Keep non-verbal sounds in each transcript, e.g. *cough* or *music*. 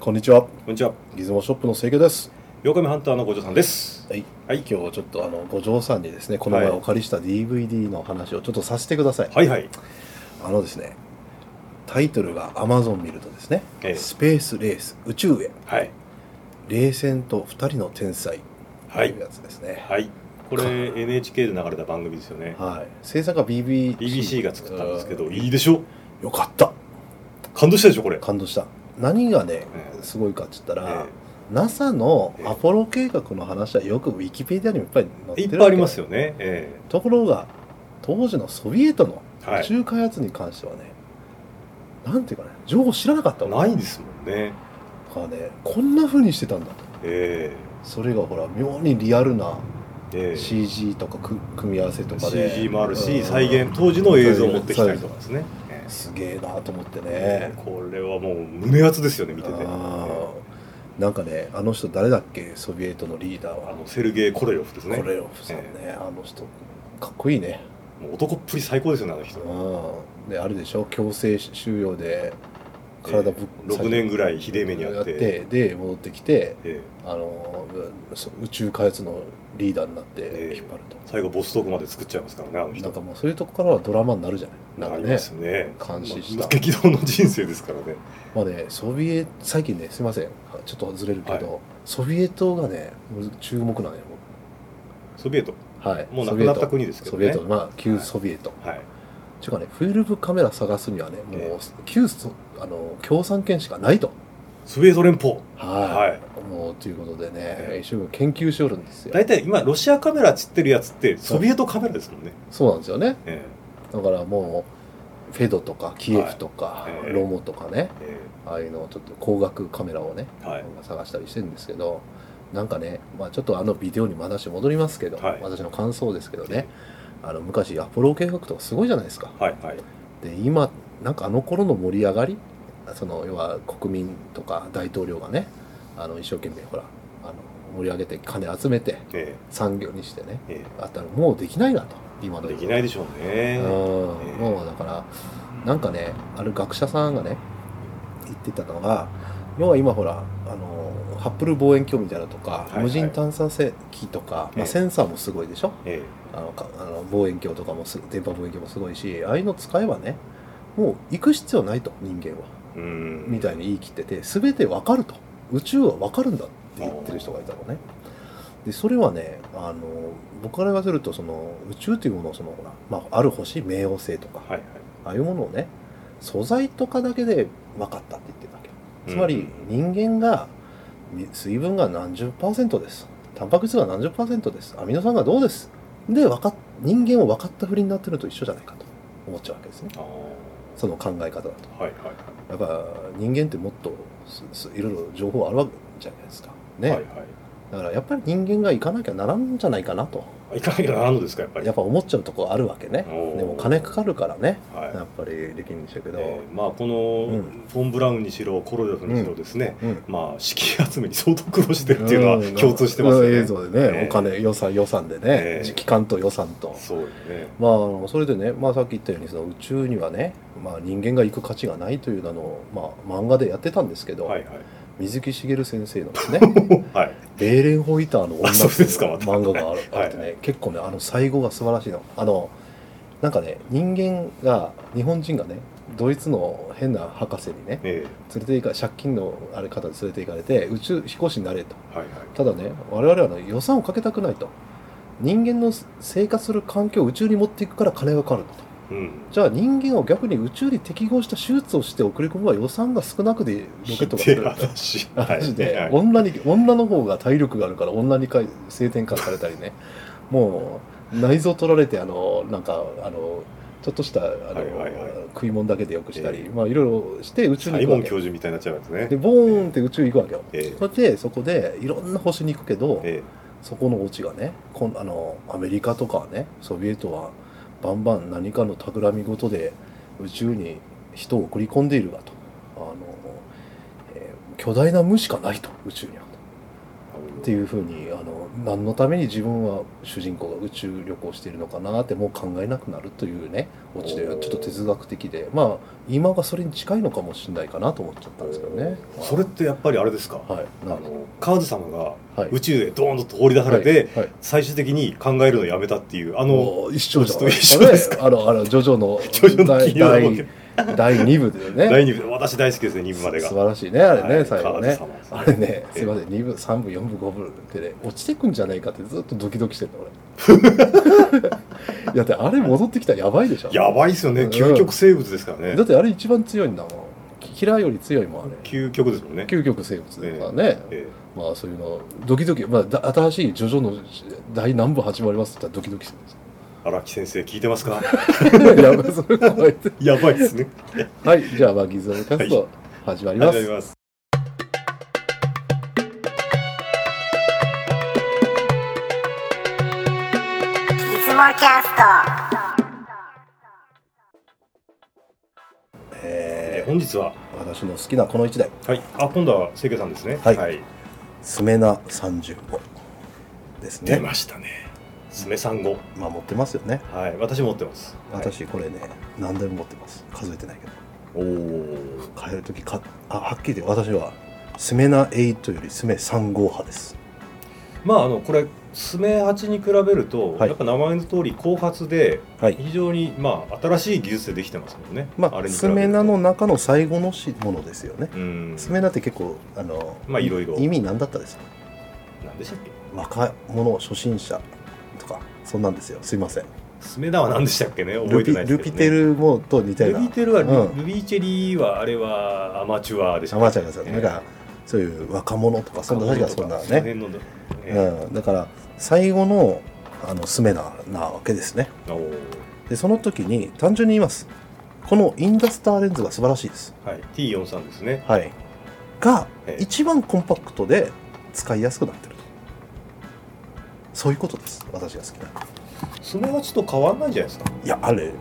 こんにちは。こんにちは。ギズモショップの清家です。よめハンターの五条さんです。はい。はい今日はちょっとあの、ご嬢さんにですね、この前はいお借りした DVD の話をちょっとさせてください。はいはい。あのですね、タイトルが Amazon 見るとですね、ええスペースレース宇宙へ、はい。冷戦と二人の天才と。はいいうやつですね。はい。これ NHK で流れた番組ですよね。はい。制作は BBC。 BBC が作ったんですけど、うんいいでしょよかった。感動したでしょこれ。感動した。何がね、ええすごいかって言ったら、え NASA のアポロ計画の話はよくウィキペディアにもいっぱい載っえているっぱいありますよよね。えところが当時のソビエトのえは宇い。宙開発に関してはね、なんていうかね情報知らなかったわないですもんね。だからねこんな風にしてたんだとえそれがほら妙にリアルなえええ CG とかく組み合わせとかで CG もあるうし、ん再現当時の映像を持ってきたりとかですね。えすげえなと思ってね、えこれはもう胸熱ですよね見てて。ええあーあなんかねあの人誰だっけソビエトのリーダーはのセルゲイ・コレヨフですね。コレロフさんね、あの人かっこいいねもう男っぷり最高ですよねあの人。うんであれでしょ強制収容で体ぶっ、 6年ぐらいひでえ目にあって。で戻ってきてええあのうそ宇宙開発のリーダーになってええ引っ張ると、最後ボストークまで作っちゃいますからねあのなん人かもうそういうとこからはドラマになるじゃないなんりかねますね監視したまあ激動の人生ですからねまあねソビエ最近ねすいませんちょっとずれるけど、ソビエトがね注目なんよソビエト僕はいもうソなくビエなトった国ですけソどビエねトまあ旧ソビエト、はいていうかねフィルムカメラ探すにはねもう、え旧ソあの共産圏しかないとソビエト連邦はい、もうということでね、ええ一生懸命研究しおるんですよ大体今ロシアカメラつってるやつってソビエトカメラですもんね、そうなんですよねえだからもうフェドとかキエフとか、はいええロモとかねええああいうのをちょっと光学カメラをねえはい探したりしてるんですけどなんかね、まあ、ちょっとあのビデオに話戻りますけど、はい私の感想ですけどねあの昔アポロ計画とかすごいじゃないですかはいはいで今なんかあの頃の盛り上がりその要は国民とか大統領がねあの一生懸命ほらあの盛り上げて金集めてえ産業にしてねええあったらもうできないなと今えのできないでしょうねうんええもうだからなんかねある学者さんがね言ってたのが要は今ほらあのハッブル望遠鏡みたいなのとか、いはい無人探査機とか、えまあ、えセンサーもすごいでしょえあのかあの望遠鏡とかもす電波望遠鏡もすごいしああいうの使えばねもう行く必要ないと人間はえうんみたいに言い切ってて全て分かると宇宙は分かるんだって言ってる人がいたのねでそれはねあの僕から言わせるとその宇宙というものをそのほら、まあ、ある星冥王星とか、はいはいああいうものをね素材とかだけで分かったって言ってるわけつまりうん人間がみ水分が何十パーセントですタンパク質が何十パーセントですアミノ酸がどうですでわかっ人間を分かったふりになってるのと一緒じゃないかと思っちゃうわけですねああその考え方だとはいはいはいやっぱ人間ってもっとすすいろいろ情報あるわけじゃないですかね、はいはいだからやっぱり人間が行かなきゃならんじゃないかなとあいかなきゃならんのですかやっぱりやっぱ思っちゃうとこあるわけねおーでも金かかるからねはいやっぱりできるんでしょうけど、えーまあこうのんフォン・ブラウンにしろコロリョフにしろですね、うんまあ資金集めに相当苦労してるっていうのは共通してますよね、映像でね、ええお金予算予算でね、ええ期間と予算とそうよねまああのそれでね、まあ、さっき言ったようにその宇宙にはね、まあ、人間が行く価値がないというのを、まあ、漫画でやってたんですけど、はいはい水木しげる先生のですねはい「ベーレンホイターの女」あそうですかまた漫画があるはいあってね結構ねあの最後が素晴らしいのあのなんかね人間が日本人がねドイツの変な博士にねえ連れて行か借金のあれ方で連れて行かれて宇宙飛行士になれとえはいはいただね我々は、ね、予算をかけたくないと人間の生活する環境を宇宙に持っていくから金がかかるとうんじゃあ人間を逆に宇宙に適合した手術をして送り込むは予算が少なくでロケットがひでえ作られた話話で、はいはい女に女の方が体力があるから女にかい性転換されたりねもう内臓取られてあのなんかあのちょっとしたあの、はいはいはい食い物だけでよくしたり、ええまあいろいろして宇宙サにイ行モンく教わ授みたいになっちゃいますけねでボーンって宇宙行くわけよ、えそれでそこでいろんな星に行くけど、ええそこのオチがねこんあのアメリカとかはねソビエトはバンバン何かの企み事で宇宙に人を送り込んでいるがとあの、えー巨大な無しかないと宇宙にはっていうふうにあの何のために自分は主人公が宇宙旅行しているのかなってもう考えなくなるというねオチでちおょーっと哲学的でまあ今がそれに近いのかもしれないかなと思っちゃったんですけどねそれってやっぱりあれですか、はいあなるのカーズ様がはい宇宙へドーンと放り出されて、はいはい最終的に考えるのをやめたっていうあのもう一緒じゃない一緒ですかねあのあのジョジョのジョジョの金曜の冒険第第第2部でね第二部私大好きですね二部までが素晴らしいねあれね、はい最後カーねズ様ですあれねええすいません2部3部4部5部ってね落ちてくんじゃないかってずっとドキドキしてんだ *laughs* 俺いやだってあれ戻ってきたらやばいでしょやばいっすよねうん究極生物ですからね、だってあれ一番強いんだもん嫌いより強いもんあれ究極ですもんね、究極生物だからね、えまあそういうのドキドキ、まあ、だ新しいジョジョの第何部始まりますって言ったらドキドキしてるんですえ荒木先生聞いてますかよ *laughs* *laughs* やばいそれ怖いってやばいで *laughs* すねはいじゃあ「まあギズム活動」始まります、始まりますいつもキャストええー本日はー私の好きなこの一台はいあ今度は清家さんですねはいスメナ35です出ねましたねスメサンゴまあ持ってますよねはい私持ってます、はい、私これね何台も持ってます数えてないけどおお買える時かあはっきり言って私はスメナ8よりスメ35派ですまああのこれスメ8に比べると、はいやっぱ名前の通り後発ではい非常にまあ新しい技術でできてますもんね、まああれに比スべるとメナの中の最後のしものですよね、うんスメナって結構あのまあいろいろ意味何だったですかなんでしたっけ若者初心者とかそんなんですよすいませんスメダは何でしたっけね覚ルえてピないですルけピど、ね、テルもと似たようルなビテルはル,、うんビーチェリーはあれはアマチュアでしシたャっマけーちゃんがさ、ええなんかそういう若者とかそんな確かそんなそのね、辺のねうん、だから最後のあのスメナなわけですねおーでその時に単純に言いますこのインダスターレンズが素晴らしいですはい、T43 ですね、はいがええ一番コンパクトで使いやすくなってるとそういうことです私が好きなスメはちょっと変わんないんじゃないですかいやあれ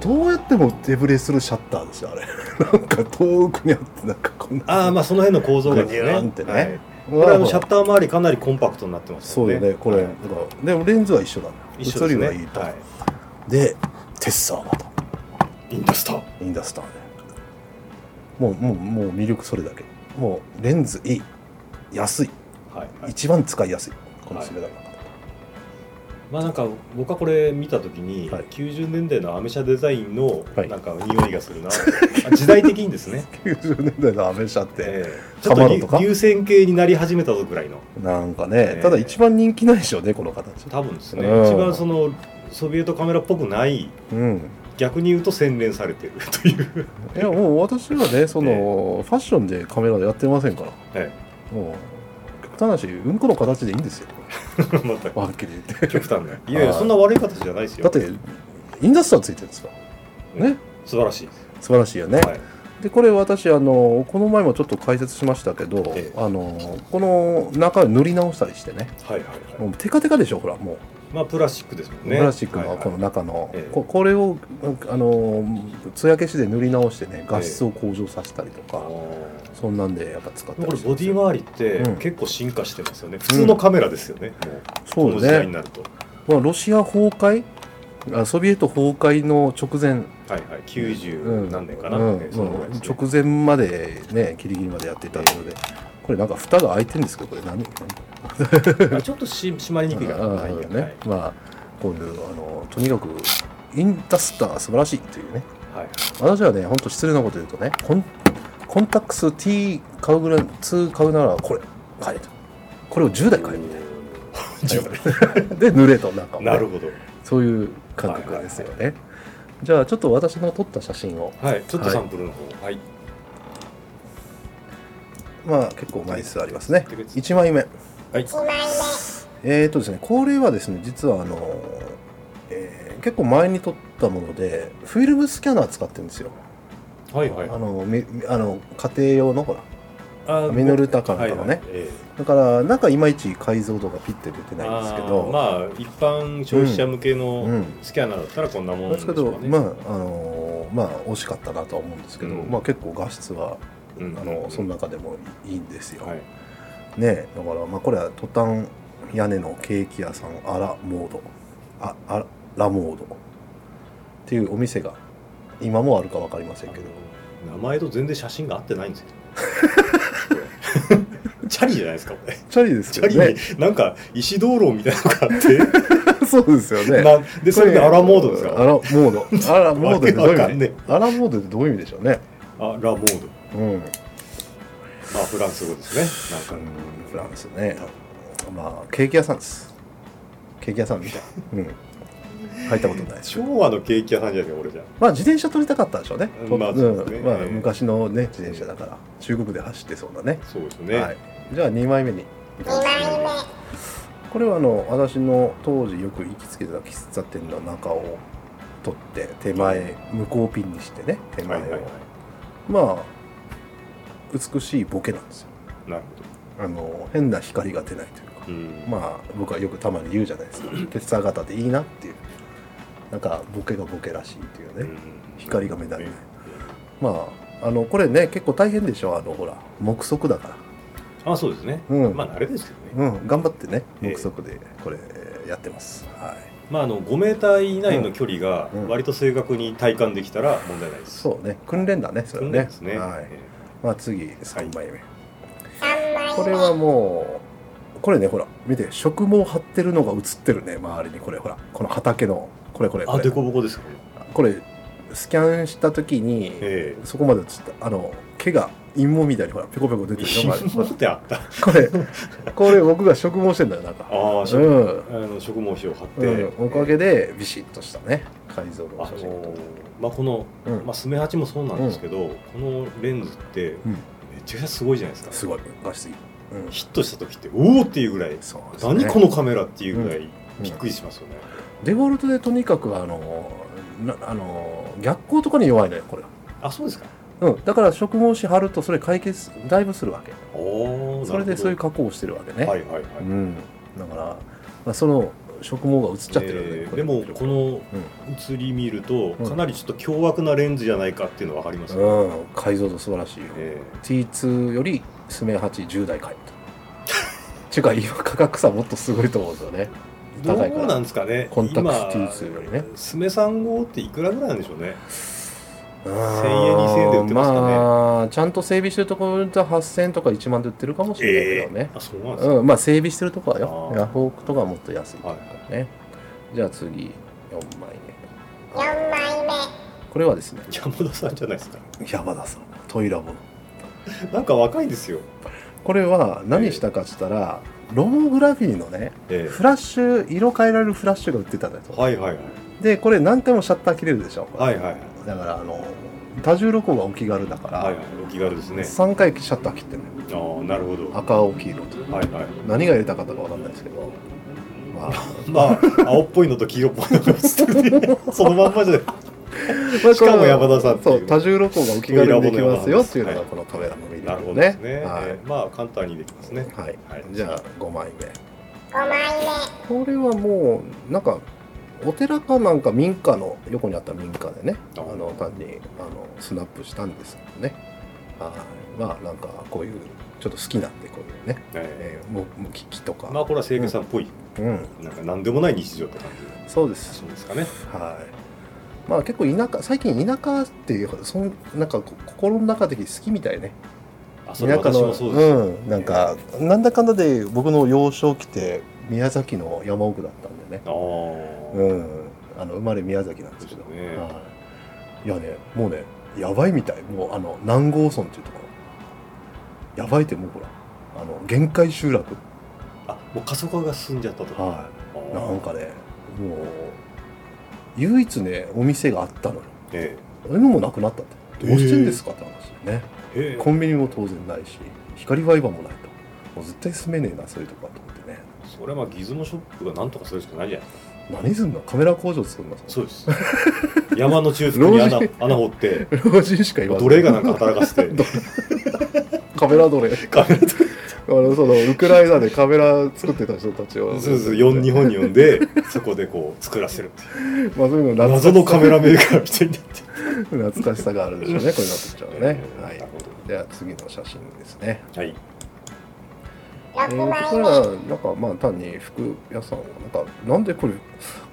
どうやってもデブレするシャッターですよあれ *laughs* なんか遠くにあってなんかこんなああまあその辺の構造がですぐにゃんってねはいここれあのシャッター周りかなりコンパクトになってますそもんうよねこれ、はいだからでもレンズは一緒だ一緒で映すりねはいいと、はでテッサーはとい、インダスターインダスターねもうもうもう魅力それだけもうレンズいい安いはい、はい、一番使いやすいこのスレダの中で、まあなんか僕はこれ見た時に、はい90年代のアメ車デザインのはいなんか匂いがするな、あ時代的 *laughs* にですね、 90年代のアメ車って、ええちょっカとマロとか流流線形になり始めたぞぐらいのなんかね、ええただ一番人気ないでしょうねこの形多分ですね、うん一番そのソビエトカメラっぽくないうん逆に言うと洗練されてるという、いやもう私はねその、えファッションでカメラやってませんからえもう極端なしうんこの形でいいんですよえ、またはっきり言って極端ないやいやはいそんな悪い形じゃないですよだってインダスターついてるんですからね素晴らしいです、素晴らしいよね、はいでこれ私あのこの前もちょっと解説しましたけど、ええあのこの中塗り直したりしてねはいはいはいもうテカテカでしょほらもまあプラスチックですもんう、ねプラスチックはいのはいこの中の、ええここれをあの艶消しで塗り直してね画質を向上させたりとあか、ーそんなんでやっぱ使ったこれりボディ周りってうん結構進化してますよね、普通のカメラですよね、もそうこのう時代ねに、なると、まあ、ロシア崩壊あソビエト崩壊の直前、はいはい90何年かな、うんええそのぐもらいうですね直前までねギリギリまでやっていたところで、これなんか蓋が開いてるんですけどこれ何あちょっとし締まりにくいかな、うんはいはいね、まあこういうあのとにかくインダスター素晴らしいというねはい私はねほんと失礼なこと言うとねコンコンタックス T 買うぐらい2買うならこれ買えとこれを10台買えみたいな10 *laughs* で濡れとなんかもねなるほどそういう感覚ですよね、じゃあちょっと私の撮った写真をはいちょっとサンプルの方はい、まあ結構枚数ありますね1ヶ月1枚目はい、えーとですね、これはですね、実はあの、えー結構前に撮ったもので、フィルムスキャナー使ってるんですよ。はいはいあの、みあの家庭用のほら、あミノルタカンとかね。はいはいええだから、なんかいまいち解像度がピッて出てないんですけあど、ーまあ一般消費者向けうのん。スキャナーだったらこんなもんでですけしょど、うね、まあ、あのーまあ、惜しかったなとは思うんですけど、うんまあ結構画質は、うんあの、その中でもいいんですよ。はいねだからまあこれはトタン屋根のケーキ屋さんアラモードあアラモードっていうお店が今もあるか分かりませんけど名前と全然写真が合ってない *laughs* んですどチャリじゃないですかこれチャリですチよャリねになんか石灯籠みたいなのがあって、 *laughs* そうですよねなでそれでアラモードですかアラモードアラモードってどういうわけわか意ん味ねえアラモードってどういう意味でしょうねあラモードうんまあフランス語ですねなんかフランスねまあケーキ屋さんですケーキ屋さんみたいうん入ったことないです昭和のケーキ屋さんじゃねえ俺じゃまあ自転車取りたかったんでしょうね。まあうんそうですねまあええ昔のね自転車だから中国で走ってそうだね。そうですね、はい。じゃあ2枚目に。 2枚目これはあの私の当時よく行きつけてた喫茶店の中を取って手前向こうピンにしてね手は前いを、はいはいまあ美しいボケなんですよ。なるほあの変な光が出ないというか。どうんまあ僕はよくたまに言うじゃないですか。ケツァ型でいいなっていう。なんかボケがボケらしいっていうね。うん光が目立たないねまあ、あのこれね結構大変でしょあのほら目測だから、あそうですね、うんまあ慣れですけどね、うん、頑張ってねええ目測でこれやってます、はい、まああの5メーター以内の距離がうんうん割と正確に体感できたら問題ないです、そうね訓練だねそれは訓ね練ですね、はいえまあ、次3枚目、 3枚目これはもうこれねほら見て植毛張ってるのが映ってるね周りにこれほらこの畑のこれこれえこあれでこぼこですかこれスキャンした時に、ええそこまで映ったあの毛が陰毛みたいにほらペコペコ出てるひのがも *laughs* って *laughs* あったこれこれ僕が植毛してんだよなんかああ食,、うんあの食毛皮を貼って、うん、おかげでビシッとしたね改造のあ写真が撮れのまあ、この、たうんまあ、スメハチもそうなんですけど、このレンズってめちゃくちゃすごいじゃないですか、すごい画質いい、うん、ヒットした時っておおっていうぐらい、そうですね何このカメラっていうぐらいうんびっくりしますよね、デフォルトでとにかくあのなあの逆光とかに弱いのよこれはあそうですかうん、だから植毛紙貼るとそれ解決だいぶするわけおおそれでそういう感加工をしてるわけじね、はいはいはい、うん、だから、まあ、その植毛が映っちゃってるよねえーこれでもこの写り見ると、うんかなりちょっと凶悪なレンズじゃないかっていうの分かりますよね、うん、解像度素晴らしいよ、え T2 よりスメ810台買えた *laughs* ちゅうか今価格差もっとすごいと思うんですよねー高いかどうらなんですかねコンタクト今 T2 よりねスメさん号っていくらぐらいなんでしょうね1000 1000円2000円で売ってますかねまあちゃんと整備してるところだと8000円とか1万で売ってるかもしれないけどね、あそうなんですか、うんまあ整備してるとこはよあーヤフオクとかはもっと安いはいはいねじゃあ次4枚目4枚目これはですね山田さんじゃないですか山田さんトイラボのなんか若いんですよ、これは何したかっつったら、ロモグラフィーのねえフラッシュ色変えられるフラッシュが売ってたんだよえはいはいはいでこれ何回もシャッター切れるでしょはいはいはいだからあの多重露光がお気軽だから、はいはいお気軽ですね3回シャッター切ってるのよああなるほどは赤青黄色といはい何が入れたかとかわかんないですけどまあまあまあ青っぽいのと黄色っぽいのが映ってる *laughs* そのまんまじゃないこれ *laughs* しかも山田さんっていうそう多重露光がお気軽にできますよっていうのがこのカメラの魅なる力ほどでねすね、ええまあ簡単にできますねはい、ははいい、じゃあ5枚目5枚目これはもうなんかお寺かなんか民家の横にあった民家でねああの単にあのスナップしたんですけどねはいまあなんかこういうちょっと好きなんでこういうね、ええー、もう木とか、えまあこれは清家さんっぽい、うんなんか何でもない日常って感じそうですそうですかねはい。まあ結構田舎最近田舎っていうかそのなんかこ心の中的に好きみたいね。あ田それ舎私のもそうです、んなんかなんだかんだで僕の幼少期って宮崎の山奥だったんでね。ああ、うん。あの生まれ宮崎なんですけど。そうですねはい。いやねもうねやばいみたいもうあの南郷村っていうところ。やばいってもうほらあの限界集落あもう過疎化が進んじゃったとか、はあい。ーなんかねもう唯一ねお店があったのよ。え何もなくなったってどうしてんですかって話よね、えええコンビニも当然ないし光ファイバーもないともう絶対住めねえなそういうとこはと思ってねそれはまあギズモショップがなんとかするしかない *laughs* じゃないですか何すんのカメラ工場作るのそうです山の中腹に穴穴掘って老人しか言わない奴 *laughs* 隷がなんか働かせてカメラ奴隷カメラとあのそのウクライナでカメラ作ってた人たちをそうそう4日本に呼 *laughs* んでそこでこう作らせるっていうまあそういうの懐かしさ謎のカメラメーカーみたいになって懐かしさがあるんでしょうねこういうの撮っちゃうとね、はなるいほでは次の写真ですねどはいえ6ー、こ枚れ目はなんかまあ単に服屋さんはなんかなんでこれ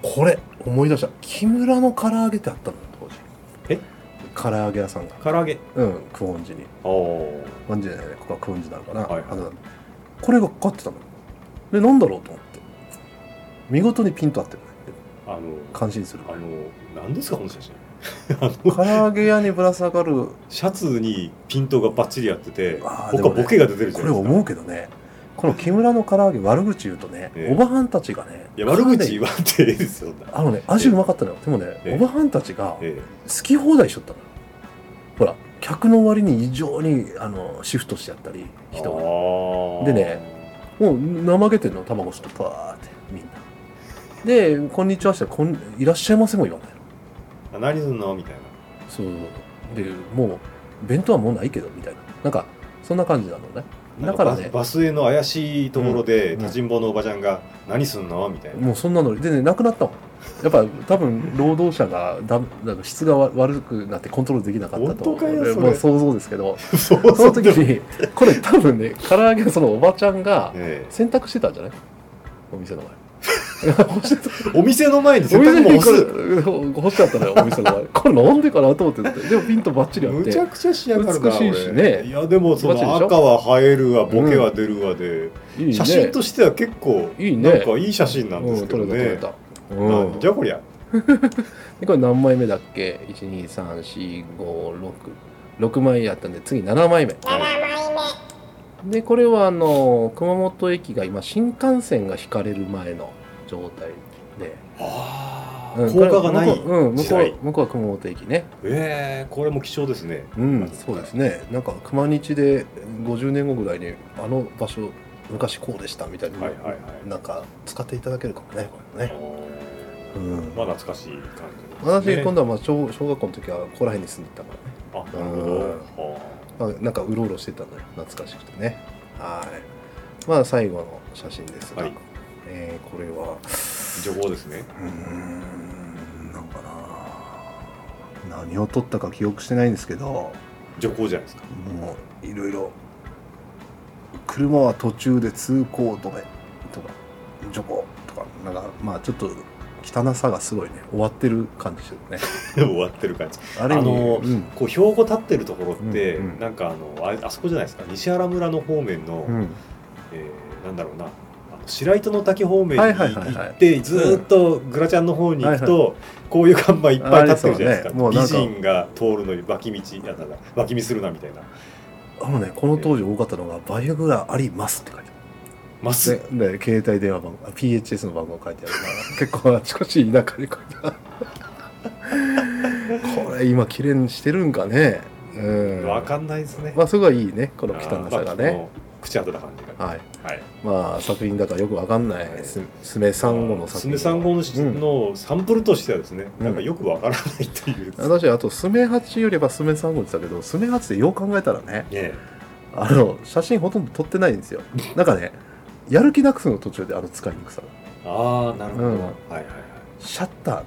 これ思い出した木村の唐揚げってあったの当時え唐揚げ屋さんが唐揚げうん久遠寺にああ久遠寺じゃないねここは久遠寺なのかな、はいはいあのこれがかかってたのでなんだろうと思って見事にピンと合ってるねあの感心するあの何ですかこの写真唐揚げ屋にぶら下がるシャツにピントがバッチリ合っててあー他でもねボケが出てるじこゃれないですか思うけどねこの木村の唐揚げ悪口言うとね、ええおばはんたちがねいや悪口言はわんていいです *laughs* よ、あのね味うまかったのよでもね、ええおばはんたちが、え好き放題しとったのよほら客の割に異常にあのシフトしてやったりえ、人がでがねもう怠けてんの卵吸ってパーってみんなで「こんにちは」してこん「いらっしゃいませ」も言わないのあ何すんのみたいなそうでもう弁当はもうないけどみたいななんかそんな感じなのねだからねなんババスへの怪しいところで、うん立ちんぼのおばちゃんが「何すんの?」みたいなもうそんなのでねなくなったもんやっぱ多分労働者がだなんか質がわ悪くなってコントロールできなかったと本当かよ俺それもう想像ですけど *laughs* そそうの時にこれ多分ね唐揚げのそのおばちゃんがええ洗濯してたんじゃないお店の *laughs* 前干してたお店の前にお洗店濯物に干こすれ干しちゃったのよお店の前これなんでかなと思っててでもピンとバッチリあっむちてゃくちゃ仕上がるな美しいしね俺いやでもそバッチリのでしょ赤は映えるわボケは出るわで、いいね写真としては結構いいねなんかいい写真なんですけどうん、取れねた、取れた、うなんんじゃこりゃでこれ何枚目だっけ1234566枚やったんで次7枚目7枚目でこれはあの熊本駅が今新幹線が引かれる前の状態で、あうーん効果がないこれは向こううん、向こ時代う向こうは熊本駅ねえー、これも貴重ですねうんそうですねなんか熊日で50年後ぐらいにあの場所昔こうでしたみたいな、はいはいはいなんか使っていただけるかもねこれね、うあんーまあ懐かしい感じ私、ですね今度はまあ小小学校の時はここら辺に住んでたからねあなるうほどんまあ、なんかうろうろしてたのよ懐かしくてねはいまあ最後の写真ですが、はいえーこれは情報ですねうーんなんかな何を撮ったか記憶してないんですけども情報じゃないですか *laughs* ういろいろ車は途中で通行止めとか徐行とかなんかまあちょっと汚さがすごいね終わってる感じしてるねでも終わってる感じあれにあのうんこう標語立ってるところって、うんうんなんかあのああそこじゃないですか西原村の方面の、うんえーなんだろうなあの白糸の滝方面にはい行はいはいはいってずーっとグラちゃんの方に行くはとこういう看板いっぱい立ってるじゃないありそですかうねもうなん美か人が通るのに脇道やなんだ脇見するなみたいなあのねこの当時多かったのが「バイアグラあります」って書いてあるまっすねぐ、ね携帯電話番号あ PHS の番号書いてあるな結構あちこち田舎に書いてあ *laughs* るこれ今綺麗にしてるんかねうんわかんないですねまあそこはいいねこのあ汚ーさがまあねこの口当たった感じがはいはいまあ作品だからよくわかんないすすめさんごの作ス品メサンゴの,、うんのサンプルとしてはですねうんなんかよくわからないという、ね私あとスメ八よりはスメサンゴって言ったけどスメ八ってよう考えたらねえあの写真ほとんど撮ってないんですよなんかねやる気なくすの途中であの使いにくさああなるほど、うんはいはいシャッターね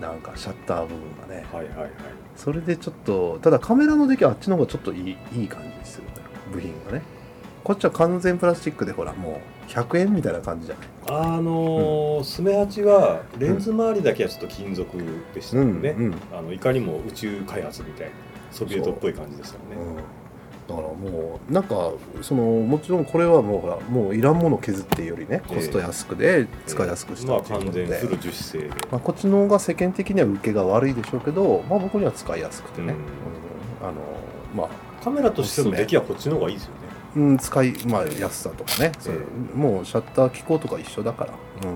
なんかシャッター部分がねはいはいはいはいそれでちょっとただカメラの出来はあっちの方がちょっといいいい感じですよね部品がねこっちは完全プラスチックでほらもう100円みたいな感じじゃないあのースメハチはレンズ周りだけはちょっと金属でしたよね、うんうんだあのいかにも宇宙開発みたいなソビエトっぽい感じでしたよねからもうなんかそのもちろんこれはもうほらもういらんもの削ってよりねええコスト安くで使いやすくしたまあっていうこ完とで、全フル樹脂製でまあ、こっちの方が世間的には受けが悪いでしょうけど、まあ、僕には使いやすくてね、うんあのまあカメラとしての出来はこっちの方がいいですよねうん、使い、まあ、安さとかね、そうえもうシャッター機構とか一緒だから、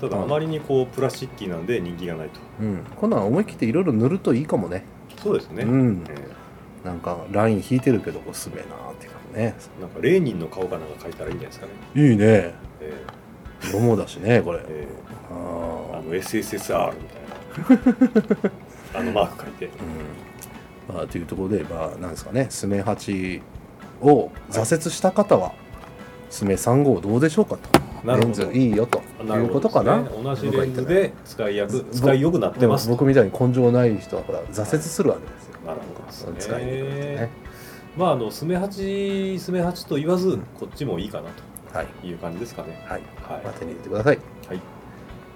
ただあまりにこうプラスチックなんで人気がないとうんうん、こんなん思い切っていろいろ塗るといいかもねそうですね、うんえ、なんかライン引いてるけどおすめえなっていうかねーなんかレーニンの顔かなんか描いたらいいんじゃないですかね、いいねえロモだしねこれーえあーああの SSSR み *laughs* たいなあのマーク描いてうんまあというところでまあなんですかねスメ8を挫折した方は、スメ3号どうでしょうかとなるほレどンズいいよとないうるこほとどかな、ですね同じレンズで使いやす使いよくなってでもますと僕みたいに根性ない人はほら挫折するわけですよ、なるほどですね使いにくいとねまああのスメハチスメハチと言わず、うんこっちもいいかなとはいいう感じですかね。はい、はいまあ、手に入れてくださいはい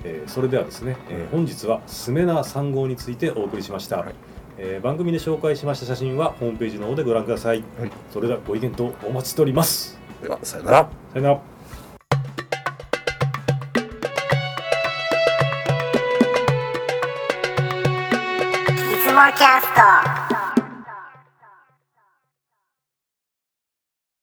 えーそれではですね、えーうん本日はスメナ3号についてお送りしました、はいえー番組で紹介しました写真はホームページの方でご覧ください、はいそれではご意見とお待ちしておりますではさよならさよならいつもキャスト